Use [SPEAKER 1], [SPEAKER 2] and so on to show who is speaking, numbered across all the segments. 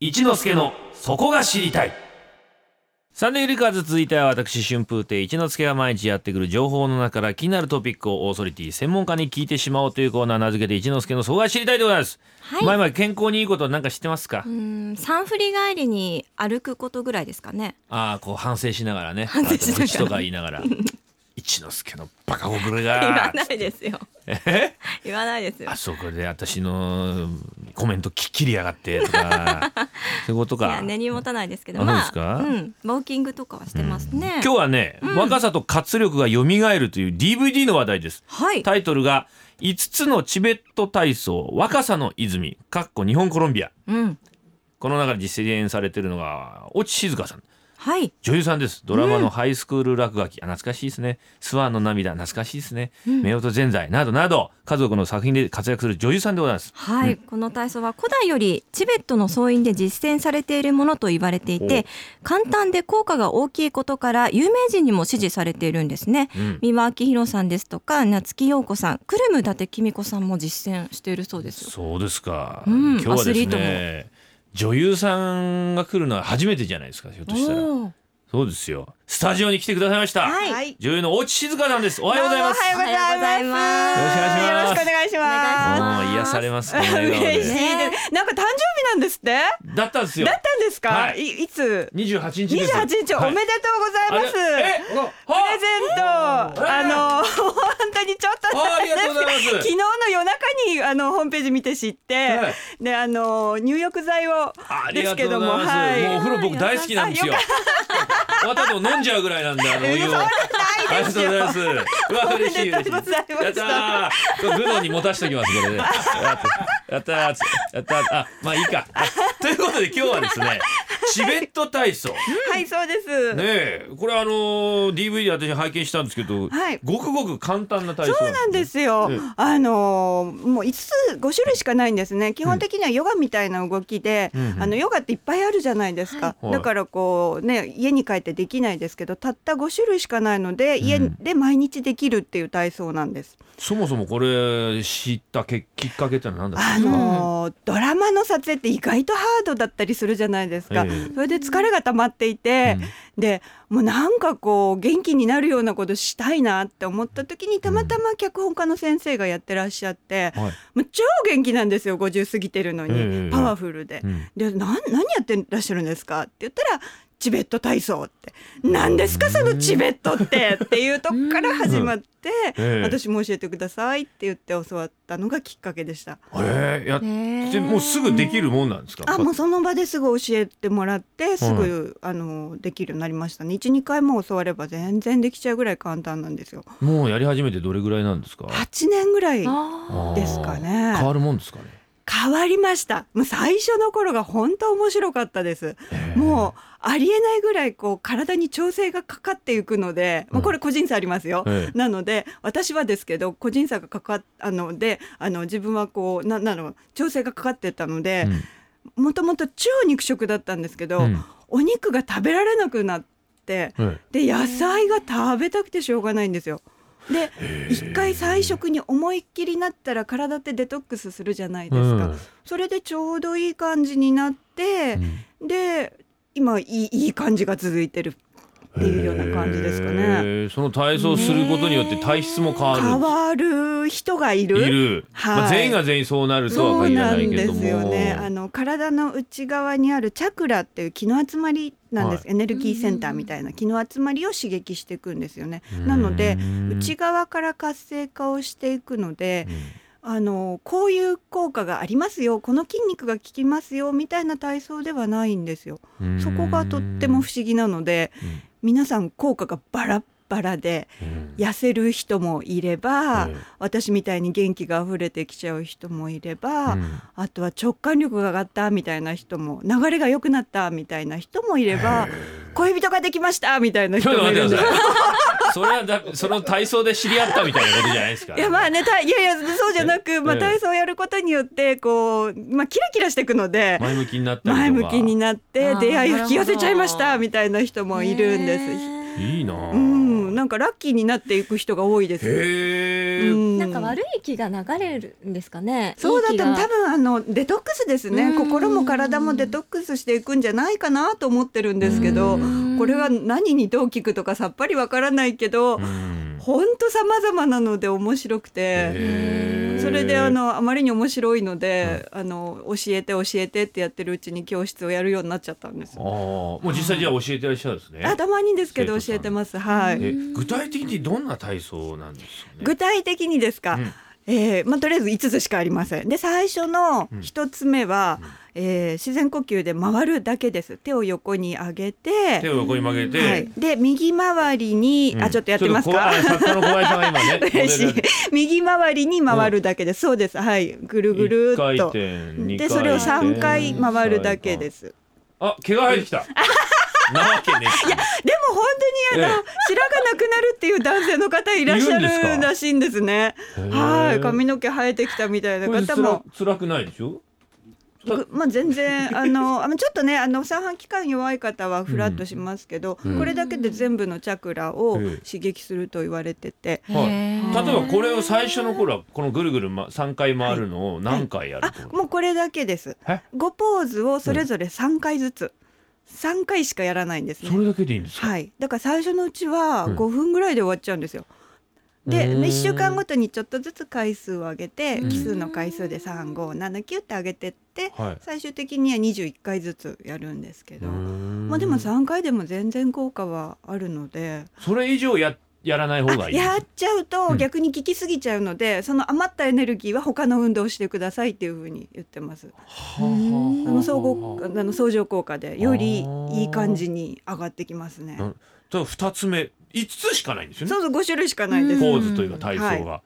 [SPEAKER 1] 一之助のそこが知りたいサンデーリカーズ続いては私春風亭一之輔が毎日やってくる情報の中から気になるトピックをオーソリティ専門家に聞いてしまおうというコーナー名付けて一之輔のそこが知りたいでございます、
[SPEAKER 2] はい
[SPEAKER 1] 前々健康にいいことなんか知ってますか、
[SPEAKER 2] うーん、産振り返りに歩くことぐらいですかね。
[SPEAKER 1] ああこう反省しながらね
[SPEAKER 2] 反省しな
[SPEAKER 1] あ
[SPEAKER 2] がら
[SPEAKER 1] と愚痴とか言いながら一之輔のバカ心
[SPEAKER 2] 言わ
[SPEAKER 1] が
[SPEAKER 2] ないですよ。言わないですよ
[SPEAKER 1] あ。そこで私のコメントきっきりやがってと かそういうこと
[SPEAKER 2] い
[SPEAKER 1] か
[SPEAKER 2] や、根に持たないですけど、
[SPEAKER 1] あ
[SPEAKER 2] ま
[SPEAKER 1] そうですか
[SPEAKER 2] あ、うん、ウォーキングとかはしてますね。
[SPEAKER 1] 今日はね、若さと活力が蘇るという DVD の話題です
[SPEAKER 2] はい。
[SPEAKER 1] タイトルが5つのチベット体操若さの泉かっこ日本コロンビア
[SPEAKER 2] うん。
[SPEAKER 1] この中で実演されているのが越智静香さん
[SPEAKER 2] はい。
[SPEAKER 1] 女優さんですドラマのハイスクール落書き、あ懐かしいですねスワンの涙懐かしいですね、夫婦ぜんざいなどなど家族の作品で活躍する女優さんでございます
[SPEAKER 2] はい、この体操は古代よりチベットの僧院で実践されているものと言われていて簡単で効果が大きいことから有名人にも支持されているんですね、
[SPEAKER 1] うん
[SPEAKER 2] 三輪明宏さんですとか夏木陽子さん久留米伊達公子さんも実践しているそうですよ
[SPEAKER 1] そうですか、
[SPEAKER 2] うん
[SPEAKER 1] 今日は
[SPEAKER 2] アス
[SPEAKER 1] で
[SPEAKER 2] リ
[SPEAKER 1] す
[SPEAKER 2] ートも
[SPEAKER 1] ね女優さんが来るのは初めてじゃないですかひょっとしたら
[SPEAKER 2] おー
[SPEAKER 1] そうですよスタジオに来てくださいました、
[SPEAKER 2] はい
[SPEAKER 3] はい。
[SPEAKER 1] 女優の越智静香さんですおはようございます
[SPEAKER 3] どうもおはようご
[SPEAKER 1] よろしくお願いします
[SPEAKER 3] ざいます。よろしくお願いします。
[SPEAKER 1] もう癒されますこの笑顔
[SPEAKER 3] 嬉し
[SPEAKER 1] で
[SPEAKER 3] い
[SPEAKER 2] ね
[SPEAKER 3] です。なんか誕生日なんですって。
[SPEAKER 1] だったんですよ
[SPEAKER 3] だったんですか。
[SPEAKER 1] はい
[SPEAKER 3] い、いつ。
[SPEAKER 1] 二十八日
[SPEAKER 3] 二
[SPEAKER 1] で
[SPEAKER 3] 十
[SPEAKER 1] す
[SPEAKER 3] 八日、おめでとうございます。プ
[SPEAKER 1] あれ
[SPEAKER 3] レ
[SPEAKER 1] えは
[SPEAKER 3] ゼント、
[SPEAKER 1] ー
[SPEAKER 3] あの、本当にちょっと
[SPEAKER 1] あありがとうございま
[SPEAKER 3] ですすけど昨日の夜中に、あの、ホームページ見て知って
[SPEAKER 1] はい。
[SPEAKER 3] で、あの、入浴剤を
[SPEAKER 1] あ。り
[SPEAKER 3] で
[SPEAKER 1] がと
[SPEAKER 3] すけ
[SPEAKER 1] うご
[SPEAKER 3] ど
[SPEAKER 1] ざいま
[SPEAKER 3] も、
[SPEAKER 1] す、
[SPEAKER 3] はい。
[SPEAKER 1] もうお風呂僕大好きなんですよ 終わった後飲んじゃうぐらいなんであのお湯をありがとうございますうわ嬉しい嬉しい
[SPEAKER 3] おめでとうございま
[SPEAKER 1] やっ
[SPEAKER 3] し
[SPEAKER 1] た
[SPEAKER 3] た
[SPEAKER 1] ーこれグノに持たしておきますこれでやったやったやったあまあいいかあということで今日はですねチベット体操
[SPEAKER 3] はい、そうです。
[SPEAKER 1] ねえこれあのー DVD 私拝見したんですけど、
[SPEAKER 3] はい
[SPEAKER 1] ごくごく簡単な体操
[SPEAKER 3] そうなんですすよ。
[SPEAKER 1] ええ
[SPEAKER 3] あのーもう5つ5種類しかないんですね。基本的にはヨガみたいな動きで、
[SPEAKER 1] うんうん
[SPEAKER 3] あのヨガっていっぱいあるじゃないですか。
[SPEAKER 1] はい
[SPEAKER 3] だからこうね家に帰ってできないですけど、たった5種類しかないので、家
[SPEAKER 1] うん
[SPEAKER 3] で毎日できるっていう体操なんです。
[SPEAKER 1] そもそもこれ知ったけきっかけってのは何だった
[SPEAKER 3] あ
[SPEAKER 1] んですか、
[SPEAKER 3] のードラマの撮影って意外とハードだったりするじゃないですか。
[SPEAKER 1] ええ
[SPEAKER 3] それで疲れが溜まっていて、でもうなんかこう元気になるようなことしたいなって思った時にたまたま脚本家の先生がやってらっしゃって、
[SPEAKER 1] はい
[SPEAKER 3] もう超元気なんですよ50過ぎてるのに、
[SPEAKER 1] ええ
[SPEAKER 3] パワフルで。
[SPEAKER 1] うん
[SPEAKER 3] でな何やってらっしゃるんですか?」って言ったら「チベット体操」って「何ですかそのチベット って」っていうとこから始まって「
[SPEAKER 1] ええ
[SPEAKER 3] 私も教えてください」って言って教わったのがきっかけでした。
[SPEAKER 1] ええやってもうすぐできるもんなんですか
[SPEAKER 3] あもうその場ですぐ教えてもらってすぐ、あのできるようになりましたね12回も教われば全然できちゃうぐらい簡単なんですよ
[SPEAKER 1] もうやり始めてどれぐらいなんですか
[SPEAKER 3] 8年ぐらい
[SPEAKER 2] あ
[SPEAKER 1] あー
[SPEAKER 3] ですかね
[SPEAKER 1] 変わるもんですかね
[SPEAKER 3] 変わりましたもう最初の頃が本当面白かったですもうありえないぐらいこう体に調整がかかっていくので、まあ、これ個人差ありますよ、
[SPEAKER 1] ええ
[SPEAKER 3] なので私はですけど個人差がかかっあのであの自分はこうななの調整がかかってたので、もともと超肉食だったんですけど、
[SPEAKER 1] うん
[SPEAKER 3] お肉が食べられなくなって
[SPEAKER 1] うんえ
[SPEAKER 3] で野菜が食べたくてしょうがないんですよ。で一回菜食に思いっきりなったら体ってデトックスするじゃない
[SPEAKER 1] え
[SPEAKER 3] ですか、
[SPEAKER 1] うん
[SPEAKER 3] それでちょうどいい感じになって、で今いいいい感じが続いてるっていうような感じですかね。
[SPEAKER 1] ええその体操することによって体質も変わる
[SPEAKER 3] 変わる人がいる
[SPEAKER 1] いる、
[SPEAKER 3] はい
[SPEAKER 1] まあ、全員が全員そうなると
[SPEAKER 3] そ
[SPEAKER 1] は
[SPEAKER 3] う
[SPEAKER 1] 限ら
[SPEAKER 3] な
[SPEAKER 1] ない
[SPEAKER 3] ん
[SPEAKER 1] けれ
[SPEAKER 3] で
[SPEAKER 1] ども
[SPEAKER 3] すよね。あの体の内側にあるチャクラっていう気の集まりなんです、エネルギーセンターみたいな気の集まりを刺激していくんですよね。
[SPEAKER 1] うん
[SPEAKER 3] なので内側から活性化をしていくので、あのこういう効果がありますよこの筋肉が効きますよみたいな体操ではないんですよ。
[SPEAKER 1] うん
[SPEAKER 3] そこがとっても不思議なので、
[SPEAKER 1] うん
[SPEAKER 3] 皆さん効果がバラッバラで
[SPEAKER 1] うん
[SPEAKER 3] 痩せる人もいれば、
[SPEAKER 1] ええ
[SPEAKER 3] 私みたいに元気が溢れてきちゃう人もいれば、
[SPEAKER 1] うん
[SPEAKER 3] あとは直感力が上がったみたいな人も流れが良くなったみたいな人もいれば恋人ができましたみたいな
[SPEAKER 1] ちょ
[SPEAKER 3] 人
[SPEAKER 1] っと
[SPEAKER 3] もい
[SPEAKER 1] 待っ
[SPEAKER 3] るん
[SPEAKER 1] て
[SPEAKER 3] で
[SPEAKER 1] くださ い。それはだその体操で知り合ったみたいなことじゃないですか。
[SPEAKER 3] いやまあねたいやいやそうじゃな
[SPEAKER 1] え
[SPEAKER 3] く、まあ、
[SPEAKER 1] ええ
[SPEAKER 3] 体操をやることによってこう、まあ、キラキラしていくので
[SPEAKER 1] 前向きになったりとか。
[SPEAKER 3] 前向きになっ
[SPEAKER 2] あ
[SPEAKER 3] て
[SPEAKER 2] ー
[SPEAKER 3] 出会いを
[SPEAKER 2] なる
[SPEAKER 3] 引
[SPEAKER 2] ほ
[SPEAKER 3] き
[SPEAKER 2] ど
[SPEAKER 3] 寄せちゃいましたみたいな人もいるんです。
[SPEAKER 2] ねえ
[SPEAKER 1] いいなあ。
[SPEAKER 3] うん、なんかラッキーになっていく人が多いです。
[SPEAKER 1] へへえ、
[SPEAKER 3] うん
[SPEAKER 2] なんか悪い気が流れるんですかね。
[SPEAKER 3] そうだっ
[SPEAKER 2] いい気
[SPEAKER 3] たの
[SPEAKER 2] が
[SPEAKER 3] 多分あのデトックスです
[SPEAKER 2] う
[SPEAKER 3] ね
[SPEAKER 2] ん
[SPEAKER 3] 心も体もデトックスしていくんじゃないかなと思ってるんですけど
[SPEAKER 2] うん
[SPEAKER 3] これは何にどう聞くとかさっぱりわからないけど
[SPEAKER 1] うん
[SPEAKER 3] ほんと様々なので面白くて
[SPEAKER 1] へえ
[SPEAKER 3] それであのあまりに面白いのであの教えて教えてってやってるうちに教室をやるようになっちゃったんです
[SPEAKER 1] ああもう実際じゃあ教えてらっしゃるんですね
[SPEAKER 3] あたまにですけ
[SPEAKER 1] 生
[SPEAKER 3] ど
[SPEAKER 1] 徒さ
[SPEAKER 3] 教
[SPEAKER 1] ん
[SPEAKER 3] えてますはい。
[SPEAKER 1] え具体的にどんな体操なんですかね
[SPEAKER 3] 具体的にですか、
[SPEAKER 1] うん
[SPEAKER 3] えーまあ、とりあえず5つしかありませんで最初の
[SPEAKER 1] うん
[SPEAKER 3] 1つ目は、えー自然呼吸で回るだけです手を横に上げて
[SPEAKER 1] 手を横に曲げて、
[SPEAKER 3] はい、で右回りに、
[SPEAKER 1] うん
[SPEAKER 3] あちょっとやってますか
[SPEAKER 1] ちょっとこあ作家の小林さんが今ね
[SPEAKER 3] 嬉しい右回りに回るだけです、そうですはいぐるぐるっ
[SPEAKER 1] 1回
[SPEAKER 3] と
[SPEAKER 1] 転2回
[SPEAKER 3] でそれを3回
[SPEAKER 1] 転
[SPEAKER 3] 回るだけです
[SPEAKER 1] あ毛が生えてきたなわけねいや
[SPEAKER 3] でも本当にあの、
[SPEAKER 1] え
[SPEAKER 3] 白がなくなるっていう男性の方いらっしゃ
[SPEAKER 1] いるんですから
[SPEAKER 3] しいんですねはい髪の毛生えてきたみたいな
[SPEAKER 1] これ
[SPEAKER 3] 方も
[SPEAKER 1] 辛辛くないでしょた
[SPEAKER 3] ぐまあ全 然あのあのちょっとねあの三半規管弱い方はフラッとしますけど、
[SPEAKER 1] うん
[SPEAKER 3] これだけで全部のチャクラを
[SPEAKER 1] うん
[SPEAKER 3] 刺激すると言われてて、
[SPEAKER 1] はい
[SPEAKER 2] へ
[SPEAKER 1] 例え
[SPEAKER 2] ー
[SPEAKER 1] ばこれを最初の頃はこのぐるぐる、ま、3回回るのを何回やる
[SPEAKER 3] あ
[SPEAKER 1] ってこと
[SPEAKER 3] もうこれだけです
[SPEAKER 1] え
[SPEAKER 3] 5ポーズをそれぞれ3回ずつ、3回しかやらないんです
[SPEAKER 1] そ
[SPEAKER 3] ね
[SPEAKER 1] れだけでいいんですか、
[SPEAKER 3] はいだから最初のうちは
[SPEAKER 1] うん
[SPEAKER 3] 5分ぐらいで終わっちゃうんですよ、で
[SPEAKER 1] うーん
[SPEAKER 3] 1週間ごとにちょっとずつ回数を上げて
[SPEAKER 1] うん
[SPEAKER 3] 奇数の回数で3579って上げてって
[SPEAKER 1] はい
[SPEAKER 3] 最終的には21回ずつやるんですけど。
[SPEAKER 1] ま
[SPEAKER 3] まあでも3回でも全然効果はあるので、
[SPEAKER 1] それ以上ややらない方が
[SPEAKER 3] あ
[SPEAKER 1] いい
[SPEAKER 3] やっちゃう
[SPEAKER 1] う
[SPEAKER 3] と
[SPEAKER 1] ん
[SPEAKER 3] 逆に効きすぎちゃうので、その余ったエネルギーは他の運動をしてくださいっていうふうに言ってます。
[SPEAKER 1] はあはあ
[SPEAKER 3] あ
[SPEAKER 1] はあ
[SPEAKER 3] の相互あの相乗効果でよりいい感じに上がってきますね
[SPEAKER 1] な。るただ2つ目5つしかないんですよね
[SPEAKER 3] そうそう5種類しかないです。
[SPEAKER 2] うん
[SPEAKER 1] ポーズというか体操が、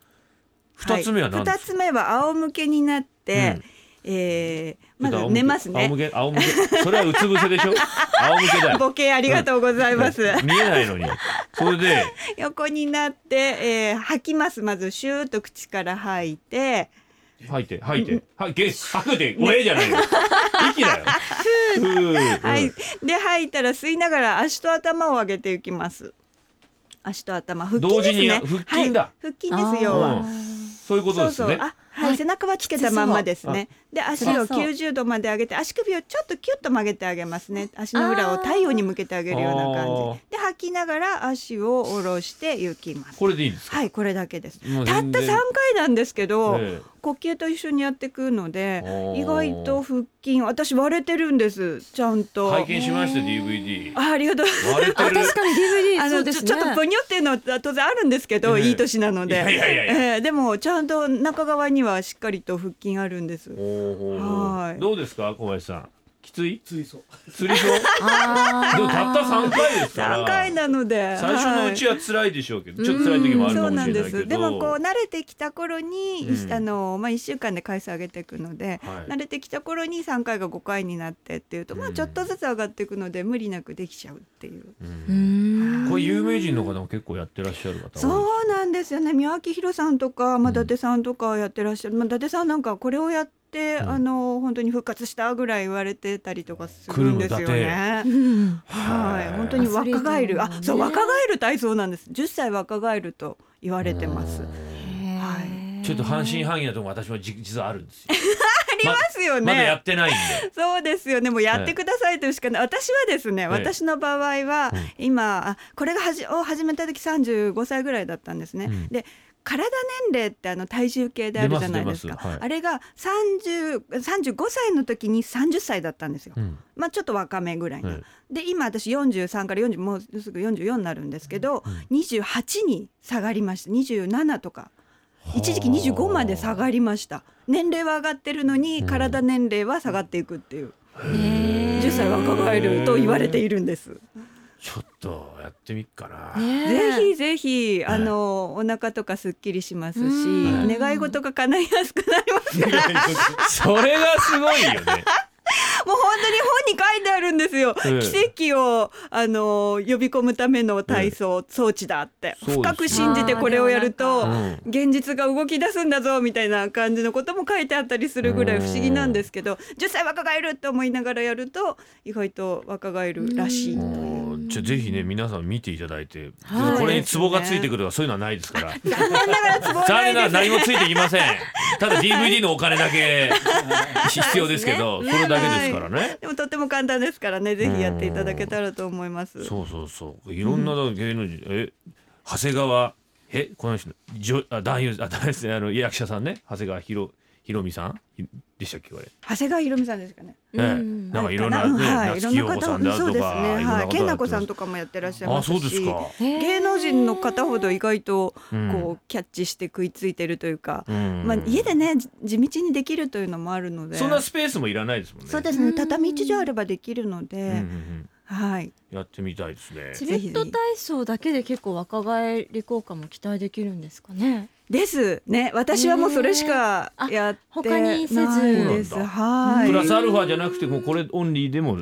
[SPEAKER 1] 二2つ目は何で
[SPEAKER 3] 二
[SPEAKER 1] す
[SPEAKER 3] つ目は仰向けになって、えーまず寝ます
[SPEAKER 1] 仰
[SPEAKER 3] ね
[SPEAKER 1] 向。け仰向けそれはうつ伏せでし ょ仰向けだよ
[SPEAKER 3] ボケありがとうございます。
[SPEAKER 1] 見えないのにそれで
[SPEAKER 3] 横になって、えー吐きます。まずシューッと口から吐いて、
[SPEAKER 1] 吐いて吐いて吐いて吐くでおえじゃないよ息だよふー
[SPEAKER 3] はい、で吐いたら吸いながら足と頭を上げていきます。足と頭、腹筋
[SPEAKER 1] 同
[SPEAKER 3] で
[SPEAKER 1] 時
[SPEAKER 3] す
[SPEAKER 1] に
[SPEAKER 3] ね。
[SPEAKER 1] や腹筋だ
[SPEAKER 3] はい、腹筋です要
[SPEAKER 1] あ
[SPEAKER 3] は。
[SPEAKER 1] そういうこと
[SPEAKER 3] そ
[SPEAKER 1] で
[SPEAKER 3] う
[SPEAKER 1] す
[SPEAKER 3] そう
[SPEAKER 1] ね、
[SPEAKER 3] あ、はい、背中はつけたまんまですね。で、足を
[SPEAKER 2] 辛そう
[SPEAKER 3] 90度まで上げて、足首をちょっとキュッと曲げてあげますね。足の裏を太陽に向けてあげるような
[SPEAKER 1] あー
[SPEAKER 3] 感じ。で、吐きながら足を下ろして行きます。
[SPEAKER 1] これでいいんですか
[SPEAKER 3] はい、これだけです。
[SPEAKER 1] もう
[SPEAKER 3] たっ
[SPEAKER 1] 全
[SPEAKER 3] た3
[SPEAKER 1] 然
[SPEAKER 3] 回なんですけど、
[SPEAKER 1] ええ
[SPEAKER 3] 呼吸と一緒にやっていくので
[SPEAKER 1] あー
[SPEAKER 3] 意外と腹筋私割れてるんですちゃんと
[SPEAKER 1] 拝見しました DVD
[SPEAKER 3] ああり がとう
[SPEAKER 1] 割れて
[SPEAKER 2] あ
[SPEAKER 1] る
[SPEAKER 2] 確かに DVD
[SPEAKER 3] あ
[SPEAKER 2] そう
[SPEAKER 3] の
[SPEAKER 2] で
[SPEAKER 3] ち
[SPEAKER 2] す
[SPEAKER 3] ょ
[SPEAKER 2] ね。
[SPEAKER 3] ちょっとポニョっていうのは当然あるんですけど、
[SPEAKER 1] ええ
[SPEAKER 3] いい年なので
[SPEAKER 1] いやいやいやい
[SPEAKER 3] ええでもちゃんと中側にはしっかりと腹筋あるんです
[SPEAKER 1] ほうほうほう
[SPEAKER 3] はい
[SPEAKER 1] どうですか小林さんきつい
[SPEAKER 4] 水素
[SPEAKER 1] 釣り そう
[SPEAKER 2] あー
[SPEAKER 1] でもたった3回ですから
[SPEAKER 3] 3回なので
[SPEAKER 1] 最初のうちは辛いでしょうけど、ちょっと辛い時もあ
[SPEAKER 3] は
[SPEAKER 1] る
[SPEAKER 3] い
[SPEAKER 1] かも
[SPEAKER 3] そ
[SPEAKER 1] しれな
[SPEAKER 3] うない
[SPEAKER 1] け
[SPEAKER 3] んで
[SPEAKER 1] ど
[SPEAKER 3] すでもこう慣れてきた頃に、
[SPEAKER 1] うん
[SPEAKER 3] あのまあ、1週間で回数上げていくので、
[SPEAKER 1] はい
[SPEAKER 3] 慣れてきた頃に3回が5回になってっていうと、
[SPEAKER 1] う
[SPEAKER 3] まあ、
[SPEAKER 1] ん
[SPEAKER 3] ちょっとずつ上がっていくので無理なくできちゃうっていう。
[SPEAKER 1] うん
[SPEAKER 2] うーん
[SPEAKER 1] これ有名人の方も結構やってらっしゃる方多い
[SPEAKER 3] そうなんですよね三輪明宏さんとか、まあ、伊達さんとかやってらっしゃる、まあ、伊達さんなんかこれをやって、
[SPEAKER 1] うん
[SPEAKER 3] あの本当に復活したぐらい言われてたりとかするんですよ
[SPEAKER 1] くるむ伊
[SPEAKER 3] ね。
[SPEAKER 2] うん
[SPEAKER 3] は
[SPEAKER 1] へ
[SPEAKER 3] い、
[SPEAKER 1] ー
[SPEAKER 3] 本当に若返る、
[SPEAKER 2] アスリートなんだ
[SPEAKER 3] あ
[SPEAKER 2] ね
[SPEAKER 3] そう若返る体操なんです10歳若返ると言われてます。あ
[SPEAKER 2] へー
[SPEAKER 1] ちょっと半信半疑なとこ私もじ実はあるんですよ
[SPEAKER 3] りますよ
[SPEAKER 1] ま
[SPEAKER 3] ね、
[SPEAKER 1] だやってないんで
[SPEAKER 3] そうですよねもうやってくださいというしかない、私はですね、私の場合は、今あこれがはじを始めた時35歳ぐらいだったんですね、
[SPEAKER 1] うん
[SPEAKER 3] で体年齢ってあの体重計であるじゃないです
[SPEAKER 1] 出
[SPEAKER 3] か
[SPEAKER 1] ます出ますはい
[SPEAKER 3] あれが30 35歳の時に30歳だったんですよ、
[SPEAKER 1] うん
[SPEAKER 3] まあちょっと若めぐらいな、
[SPEAKER 1] はい
[SPEAKER 3] で今私43から40もうすぐ44になるんですけど、
[SPEAKER 1] う
[SPEAKER 3] 28に下がりました27とか一時期25まで下がりました年齢は上がってるの
[SPEAKER 1] う
[SPEAKER 3] に
[SPEAKER 1] ん
[SPEAKER 3] 体年齢は下がっていくっていう、
[SPEAKER 2] へー
[SPEAKER 3] 10歳若返ると言われているんです、
[SPEAKER 1] ちょっとやってみっかな、
[SPEAKER 2] ね
[SPEAKER 3] ぜひぜひあのお腹とかすっきりしますし、
[SPEAKER 2] うん
[SPEAKER 3] 願い事が叶いやすくなりますもう
[SPEAKER 1] それがすごいよね
[SPEAKER 3] 本当に本に書いてあるんですよ、
[SPEAKER 1] ええ
[SPEAKER 3] 奇跡をあの呼び込むための体操、装置だって
[SPEAKER 1] そうですよ
[SPEAKER 3] 深く信じてこれをやる
[SPEAKER 2] あ
[SPEAKER 3] と
[SPEAKER 2] ーでも
[SPEAKER 1] なんか
[SPEAKER 3] 現実が動き出すんだぞみたいな感じのことも書いてあったりするぐらい不思議なんですけど10歳若返ると思いながらやると意外と若返るらしいという
[SPEAKER 1] もうじゃあぜひね皆さん見ていただいて、
[SPEAKER 2] はい
[SPEAKER 1] これにツボがついてくるとかそういうのはないですから
[SPEAKER 3] 残念ながらツボ
[SPEAKER 1] 残
[SPEAKER 3] な
[SPEAKER 1] 念ながら
[SPEAKER 3] いです。
[SPEAKER 1] 何もついていませんただ DVD のお金だけ必要ですけどそ
[SPEAKER 3] そうですね
[SPEAKER 1] れだけですからね
[SPEAKER 3] でもとっても簡単ですからね、ぜひやっていただけたらと思います。
[SPEAKER 1] そうそうそういろんな芸能人え長谷川えこの人じょあ男優あ男優ですねあの役者さんね長谷川ひろひろみさんひでしたっけあれ
[SPEAKER 3] 長谷川ひろみさんですかね。
[SPEAKER 1] ね
[SPEAKER 2] うん
[SPEAKER 1] なんかいろんな
[SPEAKER 3] う
[SPEAKER 1] ね、
[SPEAKER 3] はい
[SPEAKER 1] 夏木陽子さんである
[SPEAKER 3] そう
[SPEAKER 1] と
[SPEAKER 3] ですね。
[SPEAKER 1] か、いろんな
[SPEAKER 3] はい、
[SPEAKER 1] ことや
[SPEAKER 3] 健奈
[SPEAKER 1] って
[SPEAKER 3] 子
[SPEAKER 1] ます
[SPEAKER 3] さんとかもやってらっしゃい
[SPEAKER 1] あ、
[SPEAKER 3] ます
[SPEAKER 1] そうです
[SPEAKER 3] し。
[SPEAKER 1] か。
[SPEAKER 3] 芸能人の方ほど意外と
[SPEAKER 1] うん
[SPEAKER 3] こうキャッチして食いついてるというか、
[SPEAKER 1] うん
[SPEAKER 3] まあ家でねじ地道にできるというのもあるので。
[SPEAKER 1] そんなスペースもいらないですもんね。
[SPEAKER 3] そうです
[SPEAKER 2] う
[SPEAKER 3] ね。
[SPEAKER 2] ん
[SPEAKER 3] 畳一畳あればできるの
[SPEAKER 1] うんうんう
[SPEAKER 3] で、
[SPEAKER 1] ん
[SPEAKER 3] はい。
[SPEAKER 1] やってみたいですね。
[SPEAKER 2] チベット体操だけで結構若返り効果も期待できるんですかね。
[SPEAKER 3] ですね。私はもうそれしか
[SPEAKER 2] あ
[SPEAKER 3] やって
[SPEAKER 2] 他にせず
[SPEAKER 3] ないです。
[SPEAKER 1] そうなん
[SPEAKER 3] は
[SPEAKER 1] プ
[SPEAKER 3] い。
[SPEAKER 1] ラスアルファじゃなくてもうこれオンリーでも、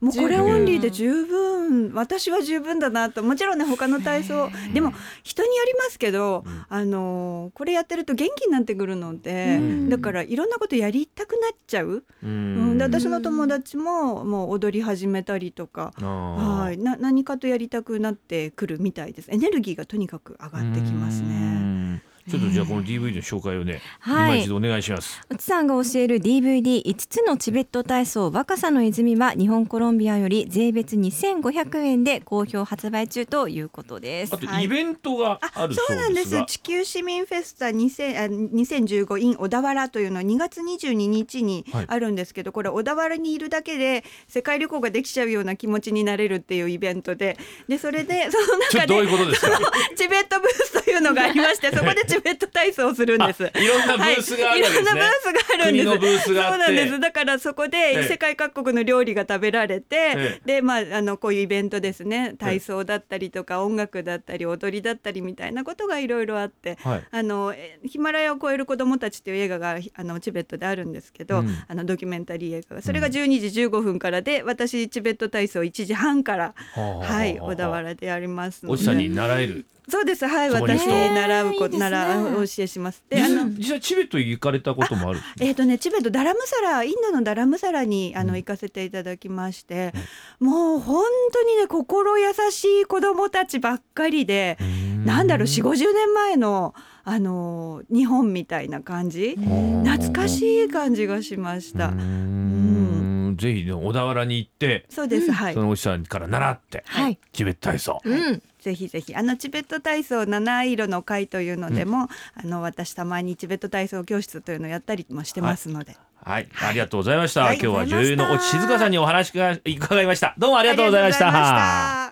[SPEAKER 3] もうこれ
[SPEAKER 1] 十分
[SPEAKER 3] オンリーで十分私は十分だなともちろんね他の体操でも人によりますけど、
[SPEAKER 1] うん
[SPEAKER 3] あのーこれやってると元気になってくるので、
[SPEAKER 1] うん
[SPEAKER 3] だからいろんなことやりたくなっちゃう、
[SPEAKER 1] う
[SPEAKER 3] うん、
[SPEAKER 1] ん
[SPEAKER 3] で私の友達ももう踊り始めたりとか、
[SPEAKER 1] は
[SPEAKER 3] はい、な何かとやりたくなってくるみたいですエネルギーがとにかく上がってきますね。
[SPEAKER 1] ちょっとじゃあこの DV の紹介をね、
[SPEAKER 2] はい
[SPEAKER 1] 今一度お願いします。
[SPEAKER 2] 内さんが教える DVD5 つのチベット体操若さの泉は日本コロンビアより税別2500円で好評発売中ということです
[SPEAKER 1] あ。とイベントがある
[SPEAKER 3] そう
[SPEAKER 1] そ
[SPEAKER 3] な
[SPEAKER 1] うんで
[SPEAKER 3] ですす
[SPEAKER 1] が、
[SPEAKER 3] 地球市民フェスタ2000あ2015 in 小田原というのは2月22日に
[SPEAKER 1] はい
[SPEAKER 3] あるんですけど、これ小田原にいるだけで世界旅行ができちゃうような気持ちになれるっていうイベントででそ れでその
[SPEAKER 1] ちょっと
[SPEAKER 3] 中
[SPEAKER 1] どういう
[SPEAKER 3] で
[SPEAKER 1] ことですか。
[SPEAKER 3] チベットブースというのがありましてそこでチベット体操をするんで す。
[SPEAKER 1] いろんなブースがあるわけ
[SPEAKER 3] はい、い
[SPEAKER 1] ですね国の
[SPEAKER 3] ろんなブー。スがあるんです。
[SPEAKER 1] ブースがあって
[SPEAKER 3] そうなんです。だからそこ
[SPEAKER 1] ええ
[SPEAKER 3] で世界各国の料理が食べられて、
[SPEAKER 1] え
[SPEAKER 3] でまああのこういうイベントですね、体操だったりとか音楽だったり踊りだったりみたいなことがいろいろあって。
[SPEAKER 1] はい。
[SPEAKER 3] あのえヒマラヤを超える子どもたちという映画がひあのチベットであるんですけど、
[SPEAKER 1] うん
[SPEAKER 3] あのドキュメンタリー映画がそれが12時15分からで私チベット体操1時半から、はい、小田。原でやりますの
[SPEAKER 1] お
[SPEAKER 3] で
[SPEAKER 1] じさんに習える。
[SPEAKER 3] そうですはい
[SPEAKER 1] そこに
[SPEAKER 3] 私
[SPEAKER 1] 人
[SPEAKER 3] 習うこ
[SPEAKER 2] へーいいですね
[SPEAKER 3] 習うお教えします。で
[SPEAKER 1] 実
[SPEAKER 3] あの
[SPEAKER 1] 際実際チベット行かれたこともあるんですね。
[SPEAKER 3] えーとね、チベットダラムサラインドのダラムサラにあ
[SPEAKER 1] う
[SPEAKER 3] の
[SPEAKER 1] ん
[SPEAKER 3] 行かせていただきまして、もう本当にね心優しい子どもたちばっかりで、なんだろう4 5 0年前の、あのー日本みたいな感じ
[SPEAKER 1] ん
[SPEAKER 3] 懐かしい感じがしました。
[SPEAKER 1] うーんぜひね小田原に行って、
[SPEAKER 3] そうです、はい
[SPEAKER 1] そのおじさんから習って、
[SPEAKER 2] はい。
[SPEAKER 1] チベット体操。
[SPEAKER 2] うん。
[SPEAKER 3] ぜひぜひあのチベット体操七色の会というのでも、あの私たまにチベット体操教室というのをやったりもしてますので、
[SPEAKER 1] はい、ありがとうございました。
[SPEAKER 3] はい
[SPEAKER 1] 今日は
[SPEAKER 3] ありが
[SPEAKER 1] 女
[SPEAKER 3] とうござ
[SPEAKER 1] 優
[SPEAKER 3] いました
[SPEAKER 1] の落ち静香さんにお話が伺いました。どうもあ
[SPEAKER 3] あ
[SPEAKER 1] りがとうございました。
[SPEAKER 3] りがとうございました